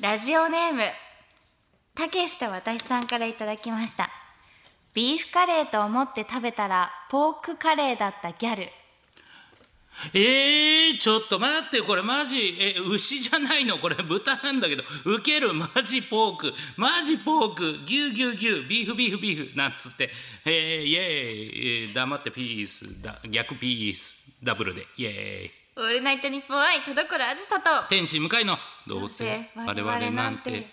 ラジオネームたけしと私さんからいただきましたビーフカレーと思って食べたらポークカレーだったギャルえー、ちょっと待ってこれマジえ牛じゃないのこれ豚なんだけどウケるマジポークマジポークギューギューギュービーフビーフビーフなんつってえー、イエーイ、えー黙ってピースだ逆ピースダブルでイエーイオールナイトニッポン愛田所あずさと天使向かいのどうせ我々なんて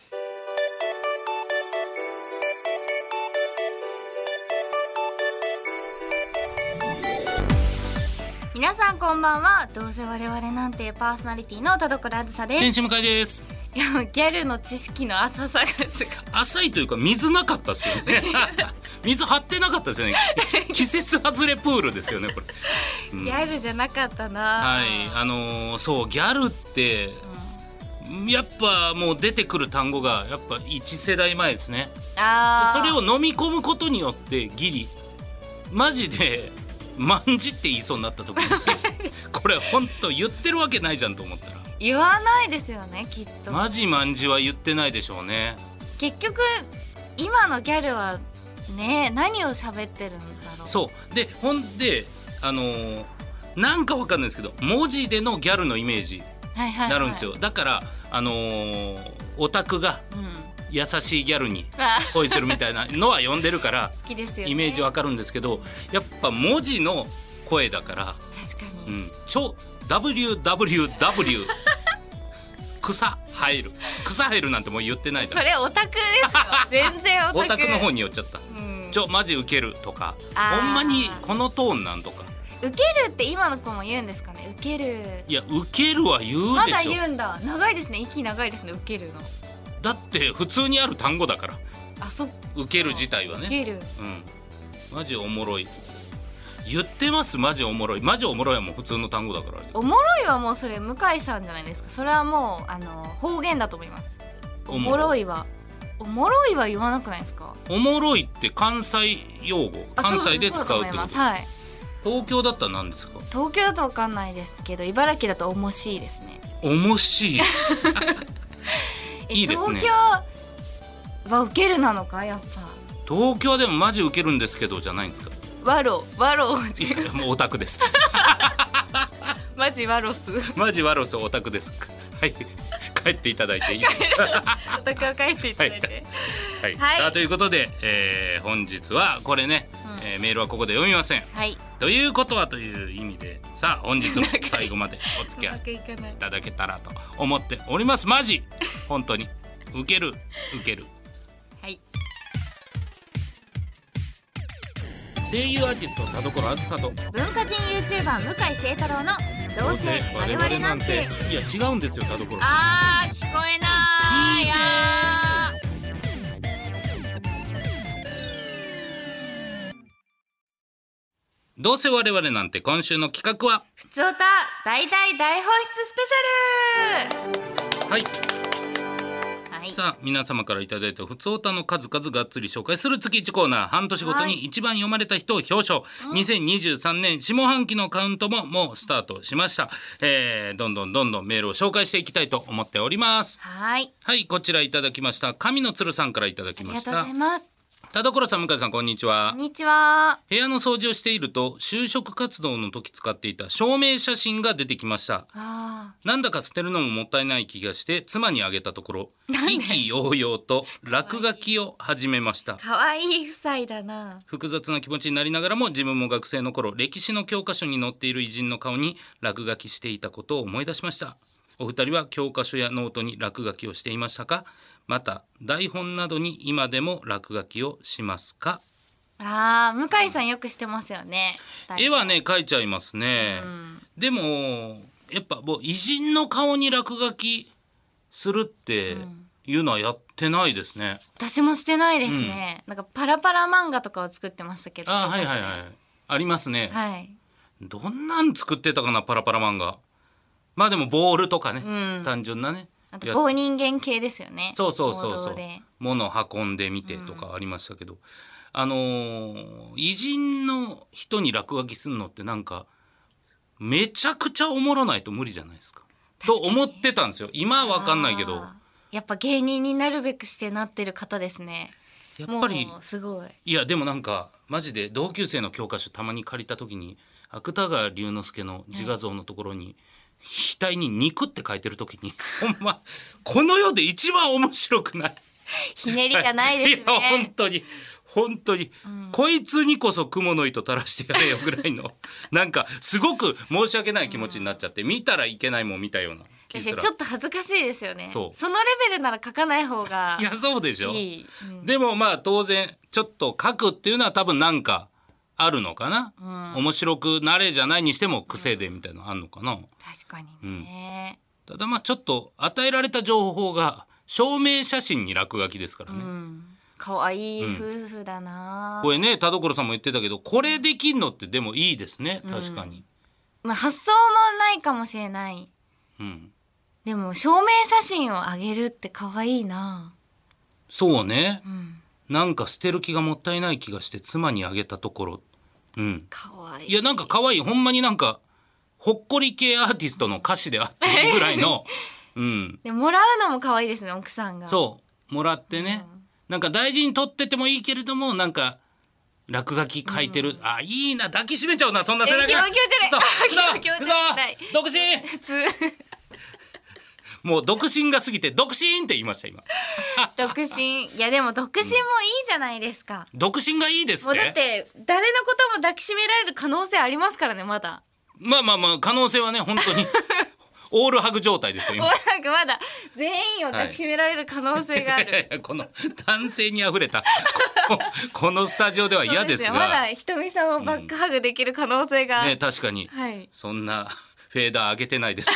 皆さんこんばんはどうせ我々なんてパーソナリティの田所あずさで天す使向かいですいやもうギャルの知識の浅さがすごい浅いというか水なかったですよ ね水張ってなかったですよね季節外れプールですよねこれギャルじゃなかったな、はい、あのーそうギャルって、やっぱもう出てくる単語がやっぱ1世代前ですねあーそれを飲み込むことによってギリマジで 「まんじ」って言いそうになった 時にこれほんと言ってるわけないじゃんと思ったら言わないですよねきっと、マジまんじは言ってないでしょうね結局今のギャルはね何を喋ってるんだろうそうでほんであのーなんかわかんないですけど文字でのギャルのイメージはいはいはい、になるんですよ、だからあのーオタクがうん、優しいギャルにあ恋するみたいなのは呼んでるから好きですよねイメージわかるんですけどやっぱ文字の声だから、確かうに、ん、ちょ WWW 草生える草生えるなんてもう言ってないかそられオタク ですよ全然オオタタククの方に寄っちゃったうんちょマジウケるとかあーほんまにこのトーンなんとかウケるって今の子も言うんですかねウケるいやウケるは言うまでだしょ、言うんだ長いですね息長いですねウケるのだって普通にある単語だからあそっかウケる自体はウねケるうんマジおもろい言ってますマジおもろいマジおもろいはもう普通の単語だからあれおもろいはもうそれ向井さんじゃないですかそれはもうあの方言だと思いますおもろいはおもろいは言わなくないですかおもろいって関西用語あ関西で使そうっだと思いてことますはい東京だったら何ですか東京だとわかんないですけど茨城だとおもしいですねおもしいえいいですね東京はウケるなのかやっぱ東京でもマジウケるんですけどじゃないんですかワロワロいやもうオタクです マジワロスマジワロスオタクですはい帰っていただいていいですか私は帰っていただいては い、はいさあということで、えー本日はこれね、うんえーメールはここで読みませんはいということはという意味でさあ本日も最後までお付き合いくいかないいただけたらと思っておりますマジ本当にウケるウケるはい声優アーティスト田所あずさと文化人 YouTuber 向井聖太郎の「どうせ我々なんていや違うんですよ田所」あー聞こえないいいねあーどうせ我々なんて今週の企画はふつおた大大大放出スペシャはい、ルはいさあ皆様からいただいたふつおたの数々がっつり紹介する月1コーナー半年ごとはいに一番読まれた人を表彰、2023年下半期のカウントももうスタートしました、えー、どんどんどんどんメールを紹介していきたいと思っておりますはいはいこちらいただきました神の鶴さんからいただきありまがしとうごたざいます田所さん向井さんこんにちはこんにちは部屋の掃除をしていると就職活動の時使っていた証明写真が出てきましたあなんだか捨てるのももったいない気がして妻にあげたところ意気揚々と落書きを始めましたー可愛い夫妻だな複雑な気持ちになりながらも自分も学生の頃歴史の教科書に載っている偉人の顔に落書きしていたことを思い出しましたお二人は教科書やノートに落書きをしていましたかまた台本などに今でも落書きをしますかあー向井さんよくしてますよね絵はね描いちゃいますね、でもやっぱもう偉人の顔に落書きするっていうのはやってないですね、私もしてないですね、なんかパラパラ漫画とかを作ってましたけどあはいはいはいありますね、はいどんなん作ってたかなパラパラ漫画まあでもボールとかね、ん単純なねあやとつ棒人間系ですよねそうそうそうそ王道うで物を運んでみてとかありましたけど、あのー偉人の人に落書きするのってなんかめちゃくちゃおもろないと無理じゃないですか。と思ってたんですよ今は分かんないけどあやっぱ芸人になるべくしてなってる方ですねやっぱりもうすごいいやでもなんかマジで同級生の教科書たまに借りた時に芥川龍之介の自画像のところに額に「肉」って書いてる時にほんまこの世で一番面白くない。ひねりが ないですや本ね当に本当に、こいつにこそ雲の糸垂らしてやれよぐらいの なんかすごく申し訳ない気持ちになっちゃって、見たらいけないもん見たようなだ気しちすらょっと恥ずかしいですよねそうのレベルなら書かない方がいやそうでしょいいうんでもまあ当然ちょっと書くっていうのは多分なんかあるのかな、面白くなれじゃないにしても癖でみたいなのあんのかな、確かにね、ただまあちょっと与えられた情報が証明写真に落書きですからね、うん、可愛い夫婦だな、これね田所さんも言ってたけどこれできんのってでもいいですね確かに、まあ、発想もないかもしれないうんでも証明写真をあげるって可愛いなそうね、んなんか捨てる気がもったいない気がして妻にあげたところうん可愛いいやなんか可愛いほんまになんかほっこり系アーティストの歌詞であってるぐらい のうんでもらうのも可愛いですね奥さんがそうもらってね、なんか大事に取っててもいいけれどもなんか落書き書いてる、あいいな抱きしめちゃうなそんな背中え気持ち 悪いくそ気持ち悪いくそ痛いくそ独身普通もう独身が過ぎて独身って言いました今独身いやでも独身もいいじゃないですか、独身がいいですもっうだってて誰のことも抱きしめられる可能性ありますからねまだまあまあまあ可能性はね本 当にオールハグ状態ですよお今らくまだ全員を抱きしめられる可能性がある、いやいや この男性にあふれたここのスタジオでは嫌ですそうよまだがひとみさんをバックハグできる可能性が、ね確かにはいそんなフェーダー上げてないです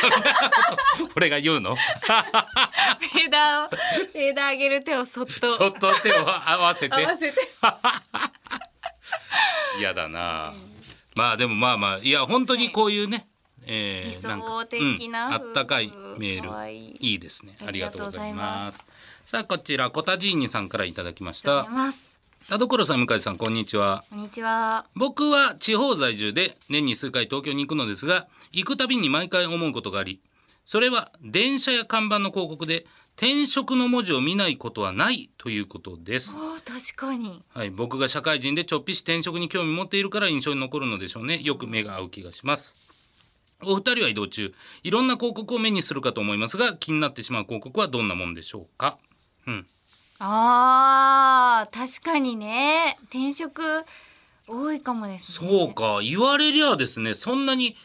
俺が言うのフェーダーをフェーダー上げる手をそっとそっと手を合わせて合わせて嫌だなまあでもまあまあいや本当にこういうね、えー理想んか的なうんあったかいメかーわルいいいいですねありがとうございありまがすさあこちらコタジーニさんからいただきましありがとうございたます田所さん向井さんこんにちはこんにちは僕は地方在住で年に数回東京に行くのですが行くたびに毎回思うことがありそれは電車や看板の広告で転職の文字を見ないことはないということですおー確かにはい、僕が社会人でちょっぴし転職に興味持っているから印象に残るのでしょうねよく目が合う気がしますお二人は移動中いろんな広告を目にするかと思いますが気になってしまう広告はどんなもんでしょうかうんあー確かにね転職多いかもですねそうか言われりゃですねそんなに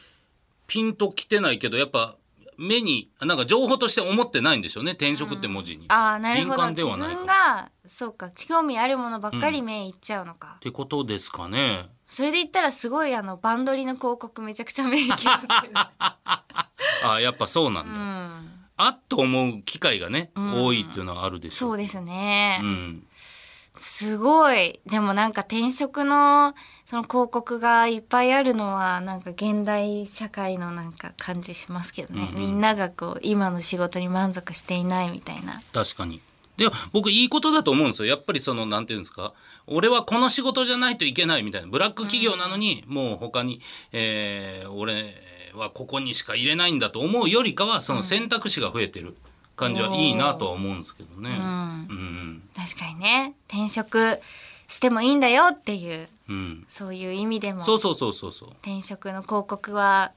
ピンときてないけどやっぱ目になんか情報として思ってないんでしょうね転職って文字に、あーなるほ敏ど感で自はない分かがそうか興味あるものばっかり目いっちゃうのか、ってことですかねそれで言ったらすごいあのバンドリの広告めちゃくちゃ目いきますけど、あやっぱ そうなんだ、うん、あっと思う機会がね、多いっていうのはあるでしょそうですね、うんすごいでもなんか転職のその広告がいっぱいあるのはなんか現代社会のなんか感じしますけどね、みんながこう今の仕事に満足していないみたいな確かにでも僕いいことだと思うんですよやっぱりそのなんていうんですか俺はこの仕事じゃないといけないみたいなブラック企業なのに、もう他に、えー俺はここにしか入れないんだと思うよりかはその選択肢が増えてる感じはいいなとは思うんですけどね。うんうん確かにね転職してもいいんだよっていううん、そういう意味でもそうそうそうそうそう転職の広告は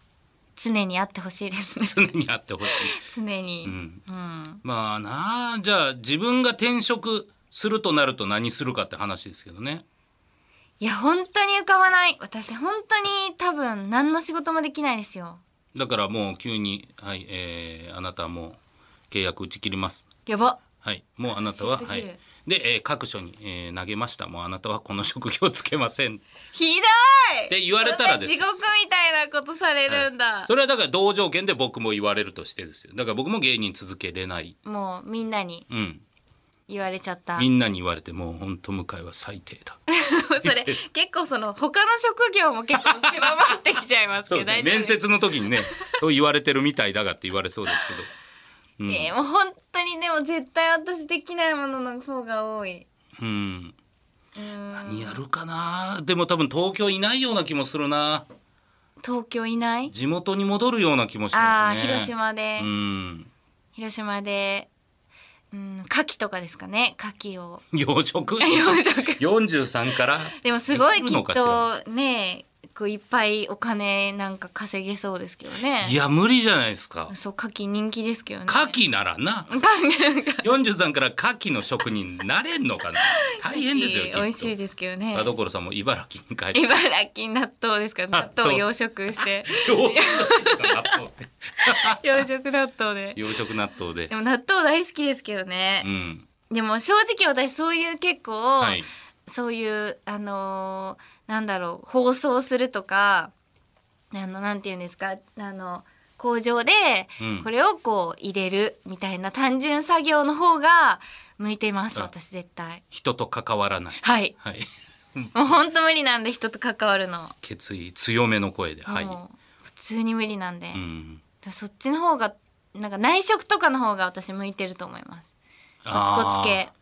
常にあってほしいですね常にあってほしい。 常に、んうんまあなあじゃあ自分が転職するとなると何するかって話ですけどね。いや本当に浮かばない私本当に多分何の仕事もできないですよだからもう急に「はい、えーあなたはもう契約打ち切ります」やばはい、もうあなた悲しは、すぎはるい、で、えー各所に、えー投げました。もうあなたはこの職業つけま せん。ひどいって言われたらですこんな地獄みたいなことされるんだ、それはだから同条件で僕も言われるとしてですよ。だから僕も芸人続けれない。もうみんなにうん、言われちゃったみんなに言われてもう本当向井は最低 だ。それ結構その他の職業も結構狭まってきちゃいますそうけでどすね。大丈夫面接の時 にね、と言われてるみたいだがって言われそうですけど。ねえもう本当にでも絶対私できないものの方が多いうん。何やるかな。でも多分東京いないような気もするな。東京いない、地元に戻るような気もしああまーすね。広島で、うん。広島でううん、牡蠣とかですかね牡蠣を養殖 養殖43からでもすごいでききっるのかしらとねこういっぱいお金なんか稼げそうですけどねいや無理じゃないですかそう牡蠣人気ですけどね牡蠣ならな牡蠣43から牡蠣の職人になれん のかな大変ですよきっと美味しいですけどね田所さんも茨城に帰って茨城納豆ですから納納豆豆養殖して養殖納豆って養殖納豆で 養殖納豆ででも納豆大好きですけどねう、んでも正直私そういう結構、はいそういうあのーなんだろう放送するとかあのなんていうんですかあの工場でうんこれをこう入れるみたいな単純作業の方が向いてますあ私絶対人と関わらないはいはいもう本当無理なんで人と関わるの、決意強めの声ではいもう普通に無理なんで、うんだからそっちの方がなんか内職とかの方が私向いてると思いますコツコツ系あー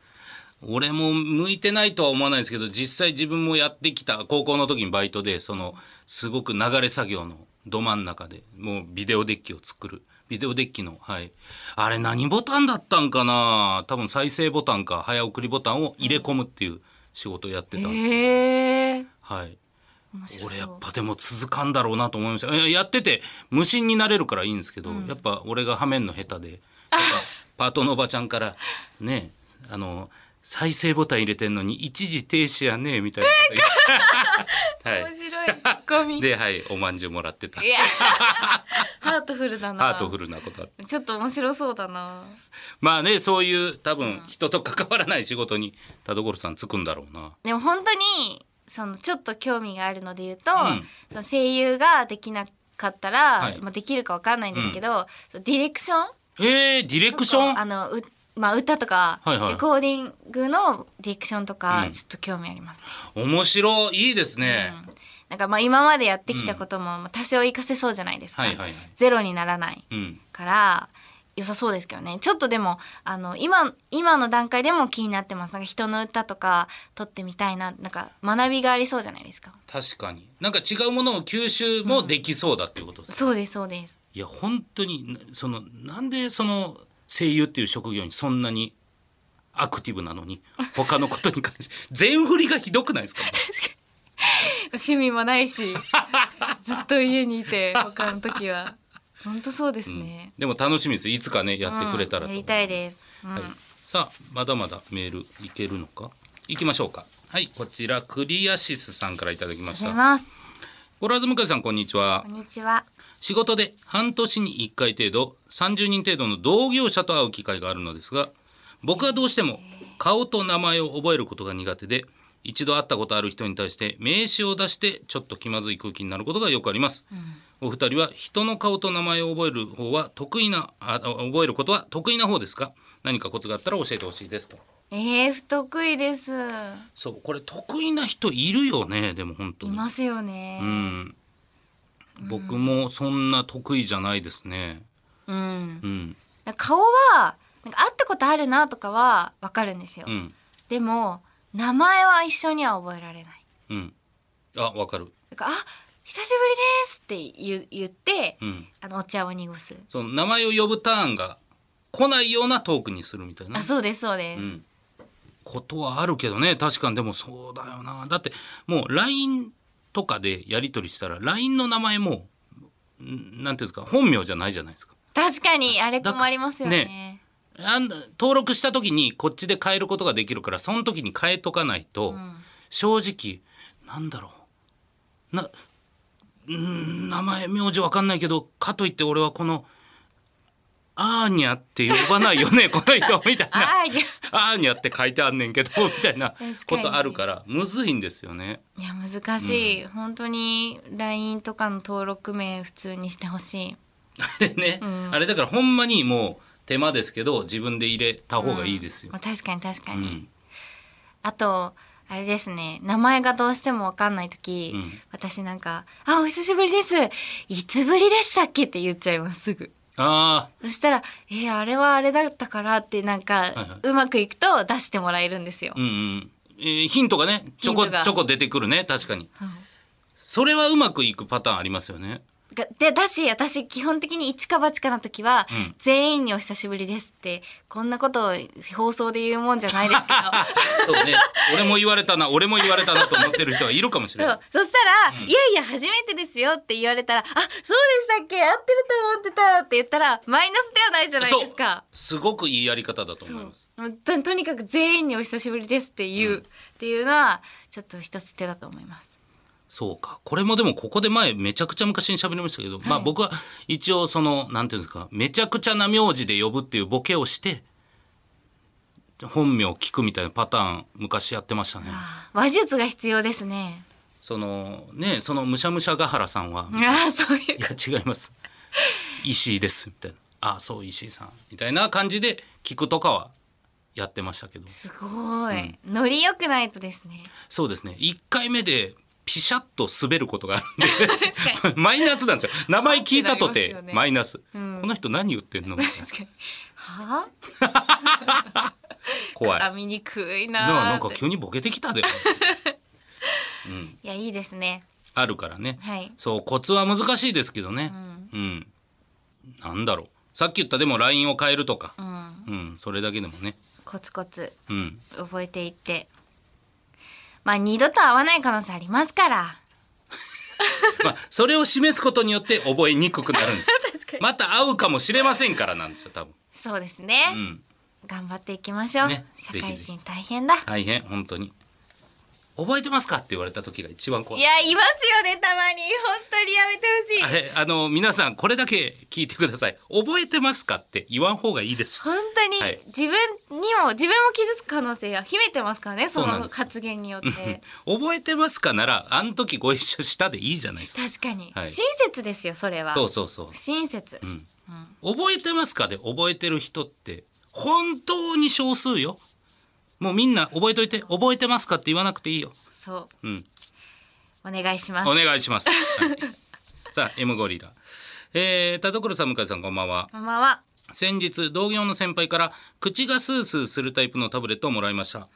俺も向いてないとは思わないですけど実際自分もやってきた高校の時にバイトでそのすごく流れ作業のど真ん中でもうビデオデッキを作るビデオデッキのはいあれ何ボタンだったんかな多分再生ボタンか早送りボタンを入れ込むっていう仕事をやってたんです、へえはい面白俺やそっうぱでも続かんだろうなと思いましたいややってて無心になれるからいいんですけど、やっぱ俺がはめんの 下手でやっぱパートのおばちゃんからねあの再生ボタン入れてんのに一時停止やねみたいなこと 言って、面白いツッコはい、ミではいおまんじゅうもらってたいやハートフルだなハートフルなことあってちょっと面白そうだなまあねそういう多分人と関わらない仕事に田所さんつくんだろうなでも本当にそのちょっと興味があるので言うと、んその声優ができなかったら、はいまあ、できるかわかんないんですけど、そのディレクションえー、ディレクションあのうまあ、歌とか、はいはいレコーディングのディレクションとか、うんちょっと興味あります、面白いいいですね、うんなんかまあ今までやってきたこともまあ多少活かせそうじゃないですか、はいはいはいゼロにならないうんから良さそうですけどねちょっとでもあの今今の段階でも気になってますなんか人の歌とか撮ってみたいななんか学びがありそうじゃないですか確かになんか違うものを吸収もできそうだっていうことです、そうですそうですいや本当にそのなんでその声優っていう職業にそんなにアクティブな のに他のことに関して全振りがひどくないですか趣味もない しずっと家にいて他の時は本当そうですね、でも楽しみですいつかねやってくれたらうとん思やいりたいでますす、うんはい、さあまだまだメールいけるのかいきましょうかはいこちらクリアシスさんからいただきまありがとうしございたますごらず向井さんこんにちはこんにちは仕事で半年に1回程度30人程度の同業者と会う機会があるのですが僕はどうしても顔と名前を覚えることが苦手で一度会ったことある人に対して名刺を出してちょっと気まずい空気になることがよくあります、お二人は人の顔と名前を覚える方は得意なあ覚えることは得意な方ですか何かコツがあったら教えてほしいですとえー、不得意ですそうこれ得意な人いるよねでも本当いにますよねうん僕もそんな得意じゃないですねうん、うんなんか顔はなんか会ったことあるなとかはわかるんですよ、うんでも名前は一緒には覚えられないうん。あ、わかる。だから「あ久しぶりです」って言う言って、うん。あのお茶を濁す、その名前を呼ぶターンが来ないようなトークにするみたいなあ。そうですそうです、うん。ことはあるけどね、確かにでもそうだよな。だってもう LINE とかでやり取りしたら LINE の名前もんなんていうんですか、本名じゃないじゃないですか。確かにあれだか困りますよねねあん登録した時にこっちで変えることができるからその時に変えとかないと、正直なんだろうなうーん名前名字わかんないけどかといって俺はこの「アーニャ」って呼ばないよ ねこの人みたいなああいや「アーニャ」って書いてあんねんけどみたいなかにことあるからむずいんですよね。 いや難しい、本当に LINE とかの登録名普通にしてほしいでね、あれだからほんまにもう手間ですけど自分で入れた方がいいですよ。まあ確かに確かに、うんあとあれですね名前がどうしても分かんない時、うん私なんか「あお久しぶりですいつぶりでしたっけ?」って言っちゃいますすぐあそしたら「えーあれはあれだったから」ってなんか、はうまくいくと出してもらえるんですよー、うんうんえーヒントがねちょこヒントがちょこ出てくるね確かにそう それはうまくいくパターンありますよねがでだし私基本的に一か八かな時は、うん全員に「お久しぶりです」ってこんなことを放送で言うもんじゃないですけどそうね俺も言われたな俺も言われたなと思ってる人はいるかもしれ そ ないうそしたら、いやいや初めてですよ」って言われたら「あそうでしたっけ合ってると思ってた」って言ったらマイナスではないじゃないそうですか。すごくいいやり方だとそ思いうますもうととにかく全員に「お久しぶりです」って言う、っていうのはちょっと一つ手だと思います。そうかこれもでもここで前めちゃくちゃ昔に喋りましたけど、まあ僕は一応そのなんていうんですかめちゃくちゃな名字で呼ぶっていうボケをして本名を聞くみたいなパターン昔やってましたね。あー話術が必要ですね。そのねそのむしゃむしゃが原さんは「あーそういういや違います石井です」みたいな「あそう石井さん」みたいな感じで聞くとかはやってましたけどすごい、ノリ良くないとですね。そうですね1回目でピシャッと滑ることがあるんで。確かにマイナスなんですよ。名前聞いたとてはってなりますよ、ねんマイナス、この人何言ってんのみたいな確かに。は怖あ、い。絡みにくいなななーんかって。急にボケてきたで。いやいいですね。あるからね。はいそう、コツは難しいですけどね。うん。なんだろう。さっき言ったでもラインを変えるとかう。ん、うん、それだけでもね。コツコツうん。覚えていって。まあ二度と会わない可能性ありますから。まあ、それを示すことによって覚えにくくな るんです。確かに。また会うかもしれませんからなんですよ、多分。そうですね、うん。頑張っていきましょう。ね社ぜ会ひぜ人大変だ。大変、本当に。覚えてますかって言われた時が一番怖いい。やいますよねたまに本当にやめてほしい。あれあの皆さんこれだけ聞いてください覚えてますかって言わん方がいいです本当に、はい自分にも自分も傷つく可能性が秘めてますからねそそうなんでのす発言によって覚えてますかならあの時ご一緒したでいいじゃないですか確かに、はい不親切ですよそれはそうそうそう不親切、覚えてますかで覚えてる人って本当に少数よもうみんな覚えといて覚えてますかって言わなくていいよそううんお願いしますお願いします、はいさあ M ゴリラえー、田所さん向井さんこんばんはママは先日同業の先輩から口がスースーするタイプのタブレットをもらいました、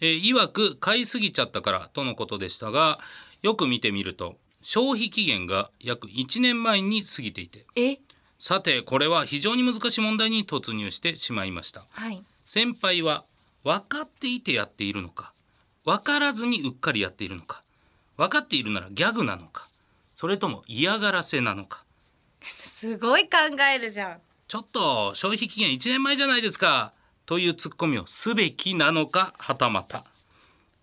えー曰く買いすぎちゃったからとのことでしたがよく見てみると消費期限が約1年前に過ぎていてえさてこれは非常に難しい問題に突入してしまいましたはい先輩は分かっていてやっているのか分からずにうっかりやっているのか分かっているならギャグなのかそれとも嫌がらせなのかすごい考えるじゃんちょっと消費期限1年前じゃないですかというツッコミをすべきなのかはたまた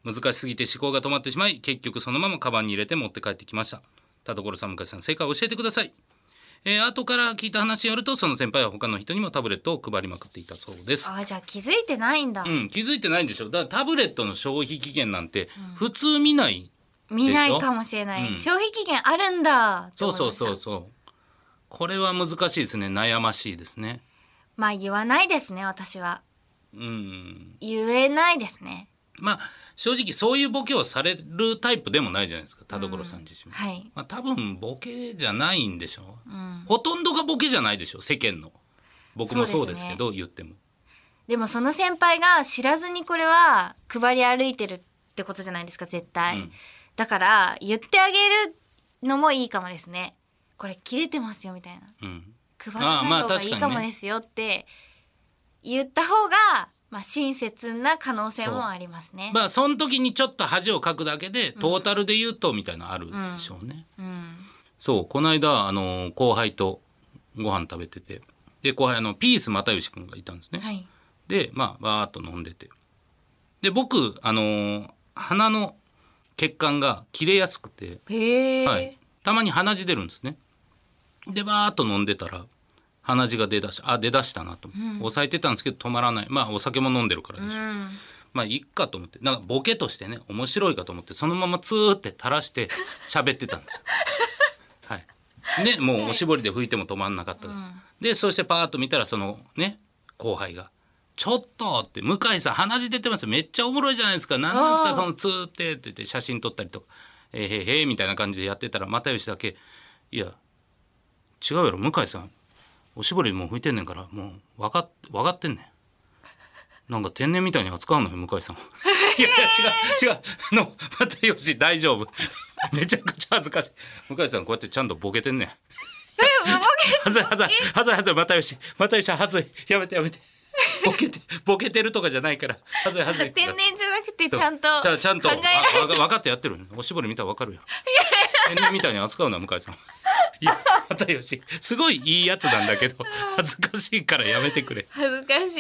難しすぎて思考が止まってしまい結局そのままカバンに入れて持って帰ってきました田所さん向井さん正解を教えてくださいえー後から聞いた話によるとその先輩は他の人にもタブレットを配りまくっていたそうですあじゃあ気づいてないんだ、うん気づいてないんでしょだからタブレットの消費期限なんて普通見ない、見ないかもしれない、消費期限あるんだそうそうそううそうこれは難しいですね悩ましいですねまあ言わないですね私はうん言えないですねまあ正直そういうボケをされるタイプでもないじゃないですか田所さん自身も、はいまあ、多分ボケじゃないんでしょう、ほとんどがボケじゃないでしょう世間の僕もそそううでですすねけど言ってもでもその先輩が知らずにこれは配り歩いてるってことじゃないですか絶対、うんだから言ってあげるのもいいかもですねこれ切れてますよみたいなうん配らない方がいいかもですよって言った方が、まあ、親切な可能性もありますね。まあその時にちょっと恥をかくだけでトータルで言うとみたいなのあるでしょうね、うん、そうこの間あの後輩とご飯食べててで後輩あのピース又吉君がいたんですね、はい、でまあバーっと飲んでてで僕あのー鼻の血管が切れやすくて、へえ、はい、たまに鼻血出るんですねでバーっと飲んでたら鼻血が出だしあ出だしたなと思って、抑えてたんですけど止まらないまあお酒も飲んでるからでしょ、うん、まあいっかと思ってなんかボケとしてね面白いかと思ってそのままツーって垂らして喋ってたんです よ。はい、でもうおしぼりで拭いても止まんなかったから、でそしてパーッと見たらそのね後輩が「ちょっと!」って「向井さん鼻血出てますよめっちゃおもろいじゃないですか何なんですかそのツーって」って言って写真撮ったりとか「えーへーへー」みたいな感じでやってたら又吉だけ「いや違うやろ向井さんおしぼりもう拭いてんねんからもう分かっ分かってんねんなんか天然みたいに扱うのよ向井さん いやいや違う違うあの又吉大丈夫 めちゃくちゃ恥ずかしい向井さんこうやってちゃんとボケてんねんはずいはずいはずいはずい又吉又吉はずいやめてやめてボケてボケてるとかじゃないからはずいはずい天然じゃなくてちゃんとじゃあちゃんと考えられあわか分かってやってるおしぼり見たら分かるよ天然みたいに扱うな向井さんいや又吉すごいいいやつなんだけど恥ずかしいからやめてくれ恥ずかし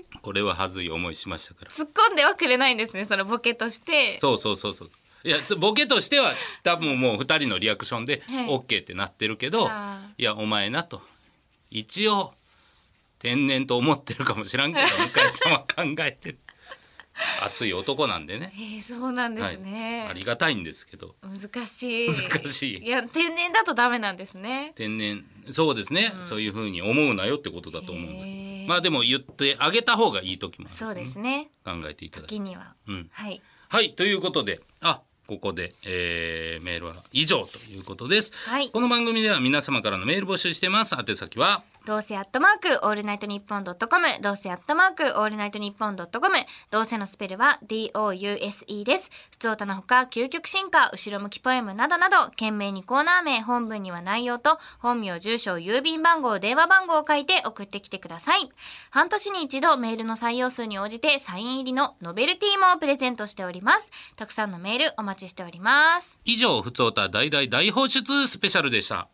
いこれは恥ずい思いしましたから突っ込んではくれないんですねそのボケとしてそうそうそうそういやつボケとしては多分もう2人のリアクションではい OK ってなってるけど、あい、やお前なと一応天然と思ってるかもしらん けど向井さんは考えてる熱い男なんでねえー、そうなんですはい、あね、りがたいんですけど難しい難しいいや天然だとダメなんですね天然そうですね、そういうふうに思うなよってことだと思うんですけどへーまあでも言ってあげた方がいい時もあるんそうですね考えていただき時には、うんはいはい、ということで、あ、ここで、えーメールは以上ということです。はいこの番組では皆様からのメール募集してます。宛先は、どうせアットマークオールナイトニッポンドットコムどうせアットマークオールナイトニッポンドットコムどうせのスペルは DOUSE です普通歌のほか究極進化後ろ向きポエムなどなど懸命にコーナー名本文には内容と本名住所郵便番号電話番号を書いて送ってきてください半年に一度メールの採用数に応じてサイン入りのノベルティもプレゼントしておりますたくさんのメールお待ちしております以上、ふつおた大大大放出スペシャルでした。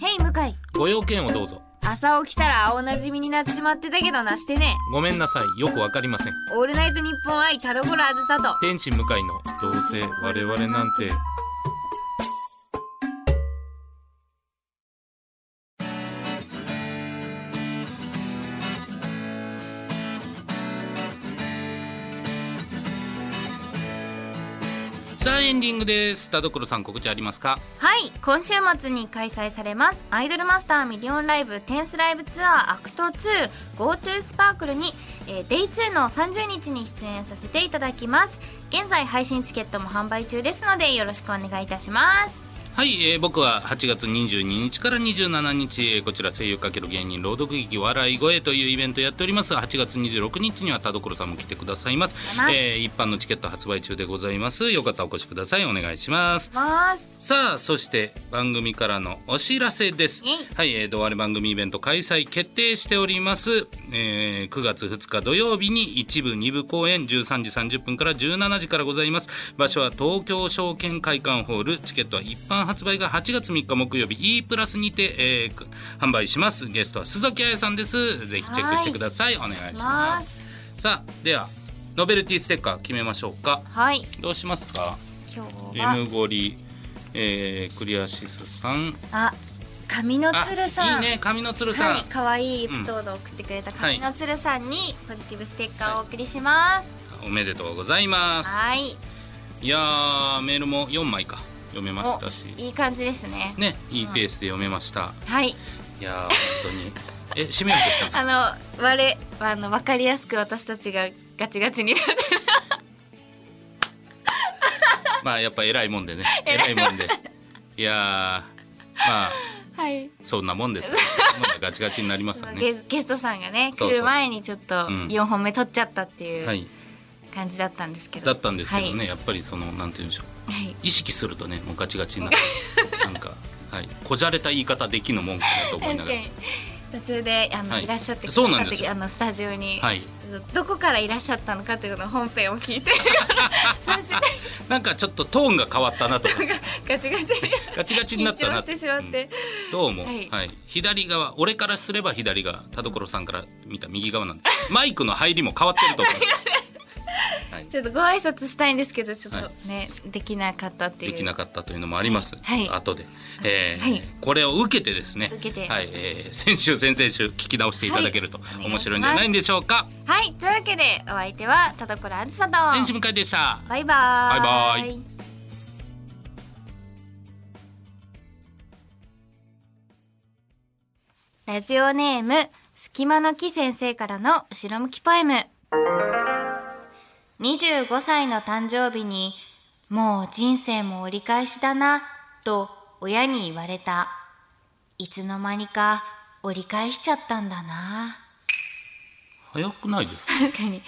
ヘイ向井ご用件をどうぞ。朝起きたら青なじみになってしまってたけどなしてねごめんなさい。よくわかりません。オールナイトニッポン愛田所あずさと天使向かいの、どうせ我々なんて。さあエンディングです田所さん告知ありますかはい今週末に開催されますアイドルマスターミリオンライブテンスライブツアーアクト 2GoTo スパークルに、えー、Day2 の30日に出演させていただきます現在配信チケットも販売中ですのでよろしくお願いいたしますはい、えー僕は8月22日から27日、えーこちら声優×芸人朗読劇笑い声というイベントやっております8月26日には田所さんも来てくださいますや、ばいえー一般のチケット発売中でございますよかったらお越しくださいお願いしますますさあそして番組からのお知らせですイェイはい、えー、ドアレ番組イベント開催決定しております、えー9月2日土曜日に一部二部公演13時30分から17時からございます場所は東京証券会館ホールチケットは一般発売が8月3日木曜日 E プラスにて、えーく販売しますゲストは鈴木彩さんですぜひチェックしてくださいお願いしますしますさあではノベルティステッカー決めましょうかはいどうしますか今日は M ゴリ、えークリアシスさんあ髪のあつるさんいいね髪のつるさん、はい、可愛いエピソードを送ってくれた髪のつるさんにポジティブステッカーをお送りします。おめでとうございますはい、いやーメールも4枚か読めましたしおいい感じですね。ねいいペースで読めました、はい、いやー本当にえ締めようとしたんですかあの我あのわかりやすく私たちがガチガチになってまあやっぱ偉いもんでね偉偉いもんでいやーまあはい。そんなもんで すよまだガチガチになりますよゲねスゲストさんがねそうそう来る前にちょっとうん4本目取っちゃったっていはうい感じだったんですけど、だったんですけどね、はいやっぱりそのなんて言うんでしょうはい意識するとねもうガチガチになって なんかはいこじゃれた言い方できのもんかなと思いな確がからに途中であの、はいい、らっしゃってくだそうなさんっでてすよあのスタジオに、はいどこからいらっしゃったのかっていうのを本編を聞 いてそしてなんかちょっとトーンが変わったなとかガチガチにガチガチにな緊ったな張してしまって、うんどうも、ははいい左側俺からすれば左側田所さんから見た右側なんでマイクの入りも変わってると 思います、はい、ちょっとご挨拶したいんですけどちょっはとね、できなかったっていうできなかったというのもあります、はいはい後で、えーはいこれを受けてですね受けてはいえー先週先々週聞き直していただけると、はい面白いんじゃないんでしょうかはいというわけでお相手は田所あずさと天使向井でしたバイバーバイバイラジオネーム隙間の木先生からの後ろ向きポエム25歳の誕生日にもう人生も折り返しだなと親に言われたいつの間にか折り返しちゃったんだな早くないですか、確かにね、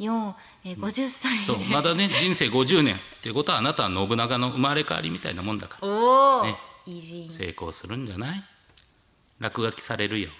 4えー50歳で、そうまだね人生50年ってことはあなたは信長の生まれ変わりみたいなもんだからおお、ね偉人成功するんじゃない落書きされるよ